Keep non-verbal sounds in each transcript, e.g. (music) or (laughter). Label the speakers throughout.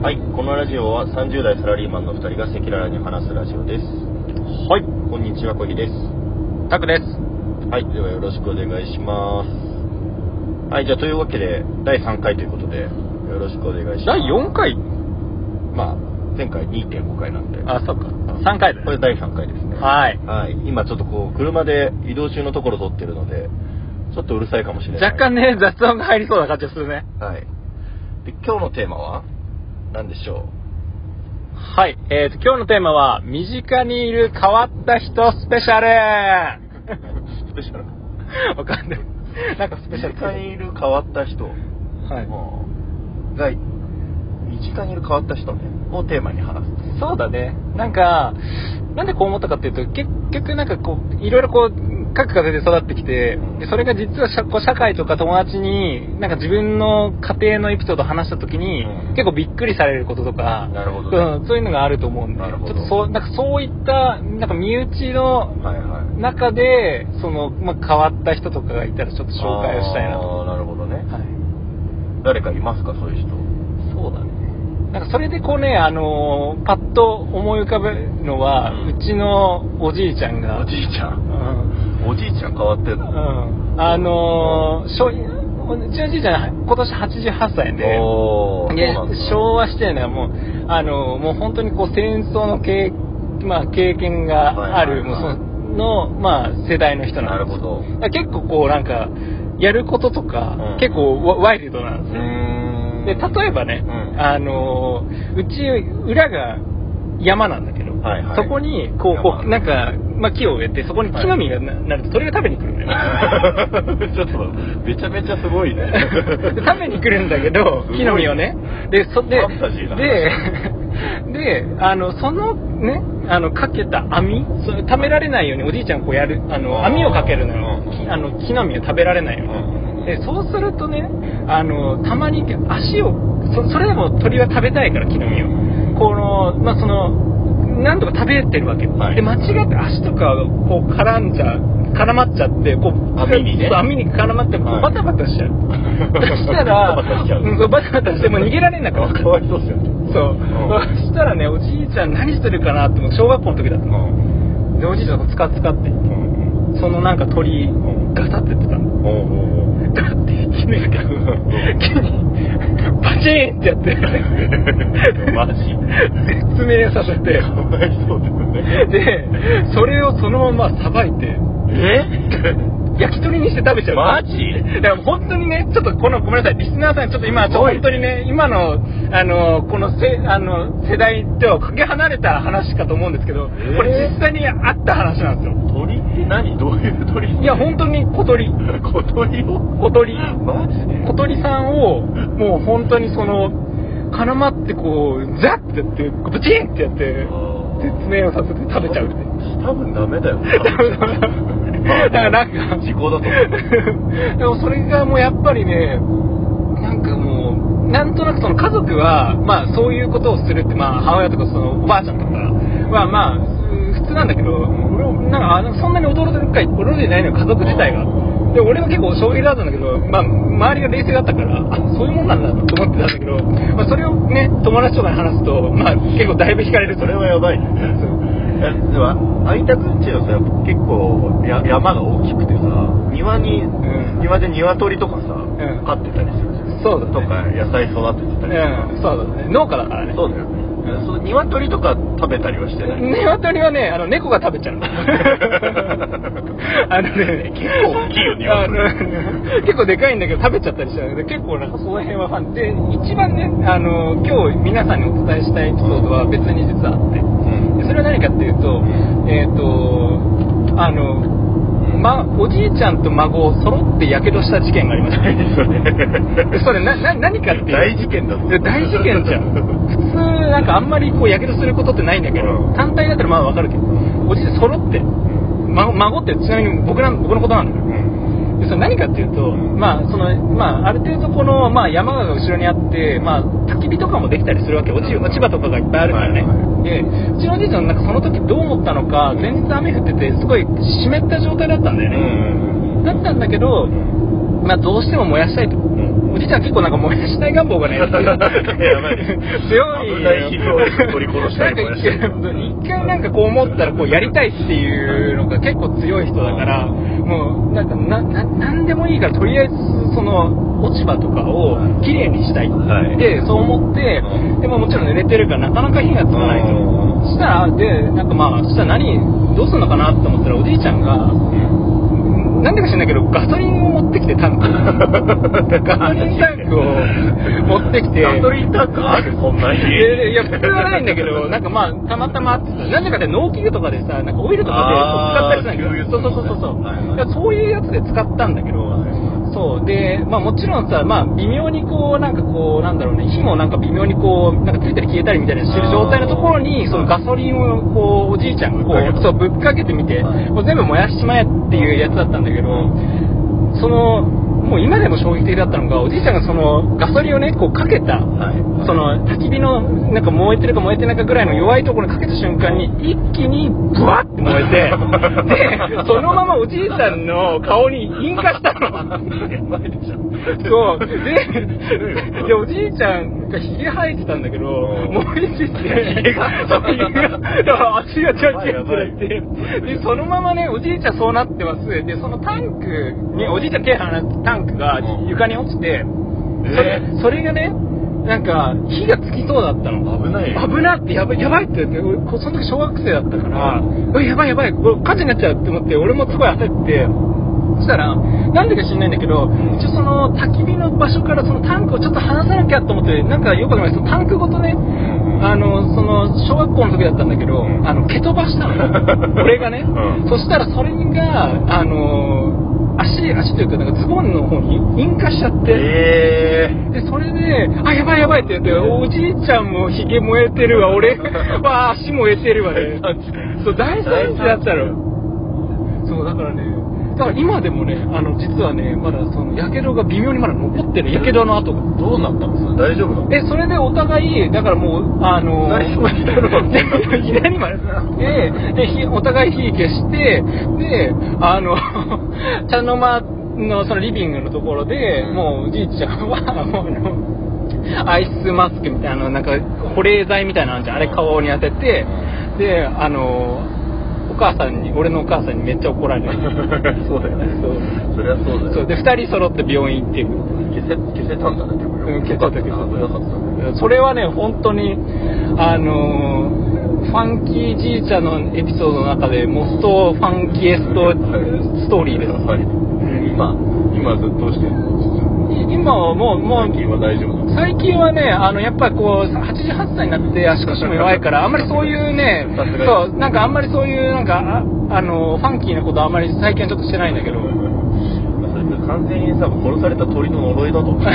Speaker 1: はい、このラジオは30代サラリーマンの2人が赤裸々に話すラジオです。
Speaker 2: はい、
Speaker 1: こんにちは、小木です。
Speaker 2: タクです。
Speaker 1: はい、ではよろしくお願いします。はい、じゃあというわけで、第3回ということで、よろしくお願いします。
Speaker 2: 第4回
Speaker 1: まあ、前回2.5回なんで。
Speaker 2: あ、そうか
Speaker 1: うん。
Speaker 2: 3回だ
Speaker 1: これ
Speaker 2: よ。
Speaker 1: 第3回ですね。
Speaker 2: はい。
Speaker 1: はい、今ちょっとこう、車で移動中のところ撮ってるので、ちょっとうるさいかもしれない。
Speaker 2: 若干ね、雑音が入りそうな感じがするね。
Speaker 1: はい。で、今日のテーマは何でしょ
Speaker 2: はい。えーと、今日のテーマは、身近にいる変わった人スペシャ
Speaker 1: う
Speaker 2: (laughs)
Speaker 1: ス
Speaker 2: ル
Speaker 1: ペシャル。
Speaker 2: わかんない。なんかスペシャル
Speaker 1: 身近にいる変わった人、
Speaker 2: はい。
Speaker 1: うんが身近にいる変わった人ねをテーマに話す
Speaker 2: そうだね。なんか、なんでこう思ったかっていうと、結局なんかこう、いろいろこう、各家庭で育ってきて、でそれが実は社こう社会とか友達に、なんか自分の家庭のエピソードを話したときに、
Speaker 1: うん
Speaker 2: 結構びっくりされることとか、
Speaker 1: なるほどね
Speaker 2: うん、そういうのがあると思うんで、
Speaker 1: な
Speaker 2: ち
Speaker 1: る
Speaker 2: ょ
Speaker 1: ほ
Speaker 2: っ
Speaker 1: ど
Speaker 2: とそう、なんかそういった、なんか身内の
Speaker 1: はいはい
Speaker 2: 中で、その、まあ、変わった人とかがいたらちょっと紹介をしたいなと。
Speaker 1: あーなるほどね
Speaker 2: はい。
Speaker 1: 誰かいますかそういう人
Speaker 2: そうだね。なんかそれでこうね、あのーパッと思い浮かぶのは、
Speaker 1: う
Speaker 2: うんちのおじいちゃんが、
Speaker 1: おじいちゃ
Speaker 2: うんん、
Speaker 1: おじいちゃん変わってん
Speaker 2: う
Speaker 1: の
Speaker 2: ん、あのーしょうちのじいちゃん、今年88歳で、
Speaker 1: おー
Speaker 2: で
Speaker 1: そうなんだ
Speaker 2: 昭和してね、もう、あのーもう本当にこう戦争の経,、まあ、経験がある、
Speaker 1: はいはいはい
Speaker 2: もうその、まあ、世代の人
Speaker 1: な
Speaker 2: なん
Speaker 1: る
Speaker 2: です
Speaker 1: ほ
Speaker 2: よ
Speaker 1: どう
Speaker 2: だから結構こう、なんか、やることとか、
Speaker 1: うん
Speaker 2: 結構ワワイルドなんですよ。
Speaker 1: ーん
Speaker 2: で例えばね、
Speaker 1: うん
Speaker 2: あのーうち裏が山なんだけど、
Speaker 1: はいはい
Speaker 2: そこにこうこう
Speaker 1: 山
Speaker 2: なんか、まあ、木を植えてそこに木の実がな,、るとそれが食べに来るんだよ
Speaker 1: (laughs)
Speaker 2: ね
Speaker 1: ちょっとめちゃめちゃすごいね
Speaker 2: で食べに来るんだけど
Speaker 1: すごい
Speaker 2: 木の実をねでそで
Speaker 1: ファンタジーな
Speaker 2: でであのそのねあのかけた網それ食べられないようにおじいちゃんこうやるあの網をかけるのよ、
Speaker 1: うん
Speaker 2: きあの木の実を食べられないように、でそうするとねあのたまに足をそそれでも鳥は食べたいから木の実を
Speaker 1: (laughs)
Speaker 2: このまあその何とか食べてるわけ、
Speaker 1: はい
Speaker 2: で間違って足とかがこう絡んじゃ絡まっちゃってこう
Speaker 1: 網にね
Speaker 2: そう網に絡まって
Speaker 1: はい
Speaker 2: バタバタ
Speaker 1: (laughs)
Speaker 2: しちゃう、そしたら
Speaker 1: バタバタしちゃう
Speaker 2: うんそうバタバタしてもう逃げられなくなっちゃ
Speaker 1: か
Speaker 2: う
Speaker 1: わいそうっすよね
Speaker 2: そう、
Speaker 1: ん
Speaker 2: そしたらねおじいちゃん何してるかなってもう小学校の時だったのでおじいちゃんがつかつかって
Speaker 1: うん
Speaker 2: そのなんか鳥
Speaker 1: ん
Speaker 2: ガサって言ってたの
Speaker 1: おうおうおう
Speaker 2: だって1年間木にバチーンってやって
Speaker 1: マジ
Speaker 2: 絶命させて
Speaker 1: かわいそうですね
Speaker 2: でそれをそのままさばいて
Speaker 1: え
Speaker 2: 焼き鳥にして食べちゃう
Speaker 1: マジ
Speaker 2: だから本当にねちょっとこのごめんなさいリスナーさんちょっと今ち
Speaker 1: す
Speaker 2: ょ
Speaker 1: ごい
Speaker 2: 本当にね今のあのこのせあの世代とはかけ離れた話かと思うんですけどこ
Speaker 1: えー
Speaker 2: れ実際にあった話なんですよ
Speaker 1: 鳥って何どういう鳥
Speaker 2: いや本当に小鳥
Speaker 1: 小鳥を
Speaker 2: 小鳥
Speaker 1: マジで
Speaker 2: 小鳥さんをもう本当にその絡まってこうザッてやってブチンってやって絶命をさせて食べちゃうっていう
Speaker 1: 多分ダメだよ
Speaker 2: (laughs) だからなんか
Speaker 1: 時効だと思う
Speaker 2: でもそれがもうやっぱりねなんかもうなんとなくその家族はまあそういうことをするってまあ母親とかそのおばあちゃんとかはまあ普通なんだけど俺もなんかあのそんなに驚いてない驚いてないのよ家族自体がで俺は結構衝撃だったんだけど、まあ、周りが冷静だったからあそういうもんなんだと思ってたんだけど、まあ、それをね友達とかに話すと、まあ、結構だいぶ惹かれる
Speaker 1: それはやばいねえでは開いたくんちはさやっぱ結構や山が大きくてさ庭に
Speaker 2: ん
Speaker 1: 庭で鶏とかさ
Speaker 2: ん
Speaker 1: 飼ってたりするじゃん
Speaker 2: そうだね
Speaker 1: とか野菜育ててたり
Speaker 2: うんそうだね農家だからね
Speaker 1: そうだよね
Speaker 2: うん
Speaker 1: そう鶏とか食べたりはしてない
Speaker 2: 鶏はね、あの、猫が食べち
Speaker 1: (laughs)
Speaker 2: ゃう。あのね、
Speaker 1: 結構大きいよ鶏
Speaker 2: あの結構でかいんだけど食べちゃったりしちゃうので、結構なんかその辺はファンで、一番ね、あの、今日皆さんにお伝えしたいエピソードは別に実はあって、
Speaker 1: うん
Speaker 2: でそれは何かっていうと、えっ、と、あの、ま、おじいちゃんと孫揃って火傷した事件がありました。で (laughs) それな、な、何かっていう。
Speaker 1: 大事件だぞ
Speaker 2: いや大事件じゃん普通なんかあんまりこうやけどすることってないんだけ
Speaker 1: う
Speaker 2: ど
Speaker 1: ん
Speaker 2: 単体だったらまあわかるけどおじいちゃん揃って孫孫ってちなみに僕なん僕のことなんだけ
Speaker 1: うん
Speaker 2: どでそれ何かっていうと、
Speaker 1: うん
Speaker 2: まあそのまあ、ある程度この、まあ、山が後ろにあって、まあ、焚き火とかもできたりするわけ落ち落ち葉とかがいっぱいあるからね、
Speaker 1: はいは
Speaker 2: でうちのおじいちゃんなんかその時どう思ったのか前日雨降っててすごい湿った状態だったんだよ (laughs)
Speaker 1: う
Speaker 2: ね、
Speaker 1: ん
Speaker 2: だったんだけどまあ、どうしても燃やしたいと。
Speaker 1: ん
Speaker 2: おじいちゃん結構なんか燃やしたい願望がね、
Speaker 1: やばい
Speaker 2: 強い。
Speaker 1: 危ない火を取り殺したい燃
Speaker 2: な
Speaker 1: や
Speaker 2: ん
Speaker 1: したい
Speaker 2: か一回なんかこう思ったらこうやりたいっていうのが結構強い人だから、もうなんかな、な、なんでもいいからとりあえずその落ち葉とかをきれいにしたい
Speaker 1: はい
Speaker 2: で、そう思って
Speaker 1: うん、
Speaker 2: でももちろん濡れてるからなかなか火がつかないと。そしたら、で、なんかまあ、そしたら何、どうするのかなと思ったらおじいちゃんが、なんでか知らないけど、ガソリンを持ってきてタ
Speaker 1: (laughs)
Speaker 2: ンク。ガソリンタンクを持ってきて。
Speaker 1: ガソリンタンクあるこんなに
Speaker 2: いやいや、普通はないんだけど、なんかまあ、たまたまあってさ、なんでかって農機具とかでさ、なんかオイルとかで使ったりするんだけ
Speaker 1: あー
Speaker 2: ど、そうそうそうそうそう、
Speaker 1: はいはい
Speaker 2: いやそういうやつで使ったんだけど、そう、で、まあもちろんさ、まあ微妙にこう、なんかこう、なんだろうね、火もなんか微妙にこう、なんかついたり消えたりみたいなしてる状態のところに、
Speaker 1: あー
Speaker 2: そのガソリンをこう、おじいちゃんがこ
Speaker 1: ぶっかけ
Speaker 2: う、
Speaker 1: た
Speaker 2: そう、ぶっかけてみて、
Speaker 1: はい
Speaker 2: もう全部燃やしちまえっていうやつだったんだけど、その、もう今でも衝撃的だったのが、おじいちゃんがそのガソリンをね、こうかけた、
Speaker 1: はい
Speaker 2: その焚き火のなんか燃えてるか燃えてないかぐらいの弱いところにかけた瞬間に一気にブワッて燃えてでそのままおじいさんの顔に引火したの
Speaker 1: やばいでしょ
Speaker 2: そうででおじいちゃんがひげ生えてたんだけど
Speaker 1: うん
Speaker 2: 燃えてて
Speaker 1: 髭が
Speaker 2: そう髭がだから足がチャチ
Speaker 1: や
Speaker 2: ャ
Speaker 1: ばい
Speaker 2: チャってでそのままねおじいちゃんそうなってますでそのタンクにおじいちゃん手離ったタンクが
Speaker 1: うん
Speaker 2: 床に落ちてそれ
Speaker 1: え
Speaker 2: それがねなんか火がつきそうだったの
Speaker 1: 危ないよ
Speaker 2: 危なってやばいやばいって言って俺こその時小学生だったから
Speaker 1: う
Speaker 2: うわやばいやばいこれ火事になっちゃうって思って俺もすごい焦ってそしたらなんでか知んないんだけど一応その焚き火の場所からそのタンクをちょっと離さなきゃと思ってなんかよくわかんないそのタンクごとねあのその小学校の時だったんだけど、
Speaker 1: うん
Speaker 2: あの蹴飛ばした
Speaker 1: (laughs)
Speaker 2: の俺がね、
Speaker 1: うん
Speaker 2: そしたらそれがあの足足というかなんかズボンの方に引火しちゃって、
Speaker 1: え
Speaker 2: で、それで、あ、やばいやばいって言って、おじいちゃんもひげ燃えてるわ、俺は足燃えてるわね。そう、大惨事だったの。そう、だからね、だから今でもね、あの、実はね、まだその、やけどが微妙にまだ残ってる、やけどの跡が。
Speaker 1: どうなったんですか大丈夫なの
Speaker 2: え、それでお互い、だからもう、あの
Speaker 1: 何もして
Speaker 2: (laughs)
Speaker 1: るわ
Speaker 2: 左までで、で、火お互い火消して、で、あの、 (laughs) 茶の間のそのリビングのところで、もうおじいちゃんは、 (laughs) もうあの、アイスマスクみたいな、あのなんか保冷剤みたいなのあんじゃん、あれ顔に当てて、で、あの、お母さんに、俺のお母さんにめっちゃ怒られ
Speaker 1: (laughs)
Speaker 2: る。
Speaker 1: そうだよね
Speaker 2: そう
Speaker 1: そりゃそうだ
Speaker 2: そう、
Speaker 1: よ
Speaker 2: で、二人揃って病院行ってくる。
Speaker 1: 消せ消せたんだねでも
Speaker 2: うん
Speaker 1: よ
Speaker 2: 消せたけど
Speaker 1: よかったな危なかっ
Speaker 2: それはね、本当に、あのーファンキーじいちゃんのエピソードの中で、モストファンキエストストーリー
Speaker 1: た
Speaker 2: です。
Speaker 1: はい今今ずっとしてる
Speaker 2: 今はもう、も
Speaker 1: 最
Speaker 2: う、
Speaker 1: 近は大丈夫なの
Speaker 2: 最近はね、あの、やっぱりこう、88歳になって足腰も弱いから、あんまりそういうね
Speaker 1: さす、が
Speaker 2: そう、なんかあんまりそういう、なんか、ああの、ファンキーなことあんまり最近はちょっとしてないんだけど、
Speaker 1: それって完全にさ殺された鳥の呪いだと思う
Speaker 2: いや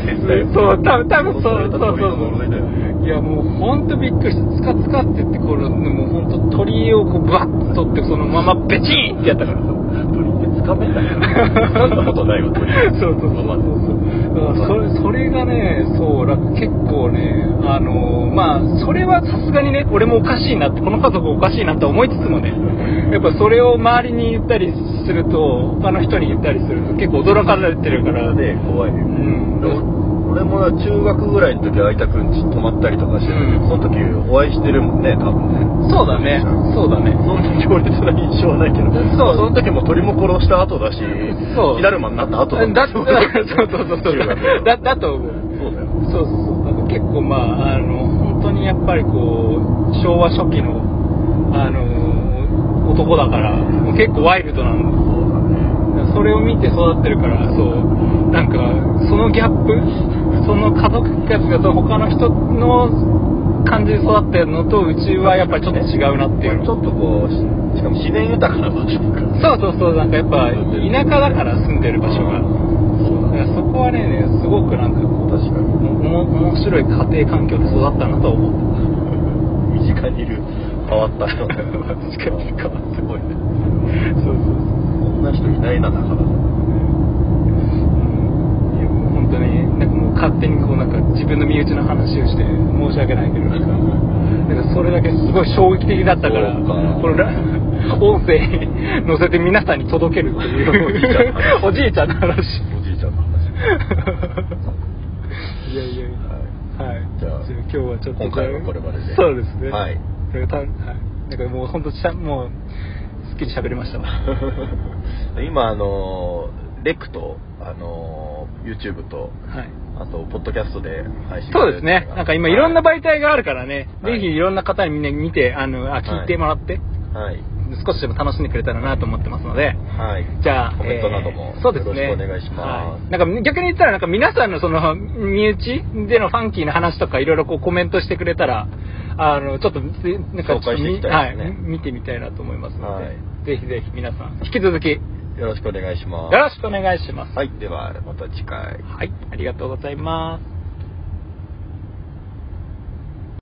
Speaker 1: 絶対
Speaker 2: そう多分多分そう
Speaker 1: 殺された鳥の呪いだよ
Speaker 2: いやもう本当びっくりした、つかつかってって、これ、もう本当鳥をこう、バッと取って、そのままベチーンってやったから。
Speaker 1: 鳥って掴めない掴んだこと (laughs) ないわ鳥
Speaker 2: そうそうそう
Speaker 1: まあ
Speaker 2: そうそれそれがねそうら結構ねあのまあそれはさすがにね俺もおかしいなってこの家族おかしいなって思いつつもねやっぱそれを周りに言ったりすると他の人に言ったりすると結構驚かれてるから
Speaker 1: で怖いよ
Speaker 2: うん
Speaker 1: でも俺もな中学ぐらいの時相田くん家泊まったりとかしてたけど、
Speaker 2: うん
Speaker 1: その時お会いしてるもんね多分ね
Speaker 2: そうだねそうだね
Speaker 1: そんな強烈な印象はないけど
Speaker 2: そう
Speaker 1: その時も鳥も殺した後だし
Speaker 2: そう
Speaker 1: 火だるまになった後だ
Speaker 2: だそう (laughs) そうそう
Speaker 1: (laughs)
Speaker 2: そう
Speaker 1: 中学
Speaker 2: だだと思う
Speaker 1: そうだよ
Speaker 2: そうそうそうなんか結構まああの本当にやっぱりこう昭和初期のあの男だからもう結構ワイルドなん
Speaker 1: そうだね
Speaker 2: それを見て育ってるからそうなんかそのギャップその家族ギャップがその他の人の感じで育ってるのとうちはやっぱりちょっと違うなっていう
Speaker 1: ちょっとこうししかも自然豊かな場所だから
Speaker 2: そうそうそうなんかやっぱ田舎だから住んでる場所が
Speaker 1: そう
Speaker 2: だ
Speaker 1: だ
Speaker 2: からそこはねすごくなんかこう
Speaker 1: 確か
Speaker 2: おも面白い家庭環境で育ったなとは思っ
Speaker 1: に
Speaker 2: た
Speaker 1: 身近にいる変わった人確
Speaker 2: かに変わって
Speaker 1: こいね
Speaker 2: そうそうそう。
Speaker 1: こんな人いないなだから
Speaker 2: いやもう本当に、なんかもう勝手にこうなんか自分の身内の話をして申し訳ないけど、なんかなんかそれだけすごい衝撃的だったから
Speaker 1: そうか
Speaker 2: これら (laughs) 音声に載せて皆さんに届けるっていうお
Speaker 1: お
Speaker 2: じいちゃんの話
Speaker 1: おじいちゃんの話
Speaker 2: いやいやいやはい
Speaker 1: じゃあ
Speaker 2: 今日はちょっと
Speaker 1: 今回はこれまでで
Speaker 2: そうですね
Speaker 1: はい
Speaker 2: これがたはいなんかもう本当しゃもうすっきり喋れましたわ
Speaker 1: (laughs) 今あのレクとあの YouTube と
Speaker 2: はい
Speaker 1: あとポッドキャストで配信
Speaker 2: そうですね。なんか今いろんな
Speaker 1: 場
Speaker 2: 媒体があるからね、
Speaker 1: はい
Speaker 2: ぜひいろんな方にみんな見て、あの、あ聞いてもらって、
Speaker 1: はい
Speaker 2: 少しでも楽しんでくれたらなと思ってますので、
Speaker 1: はい
Speaker 2: じゃあ、
Speaker 1: コメントなども
Speaker 2: えーそうですね。
Speaker 1: よろしくお願いします
Speaker 2: はなんか逆に言ったら、なんか皆さんのその、身内でのファンキーな話とかいろいろこうコメントしてくれたら、あの、ちょっと、なんかちょ
Speaker 1: 紹
Speaker 2: っと
Speaker 1: 介してい
Speaker 2: み、
Speaker 1: きたいですね
Speaker 2: はい、見てみたいなと思いますので、
Speaker 1: はい
Speaker 2: ぜひぜひ皆さん、引き続き、
Speaker 1: よ
Speaker 2: よ
Speaker 1: ろしくお願いします
Speaker 2: ろしくお願いします。
Speaker 1: はいではまた次回
Speaker 2: はい、ありがとうございます。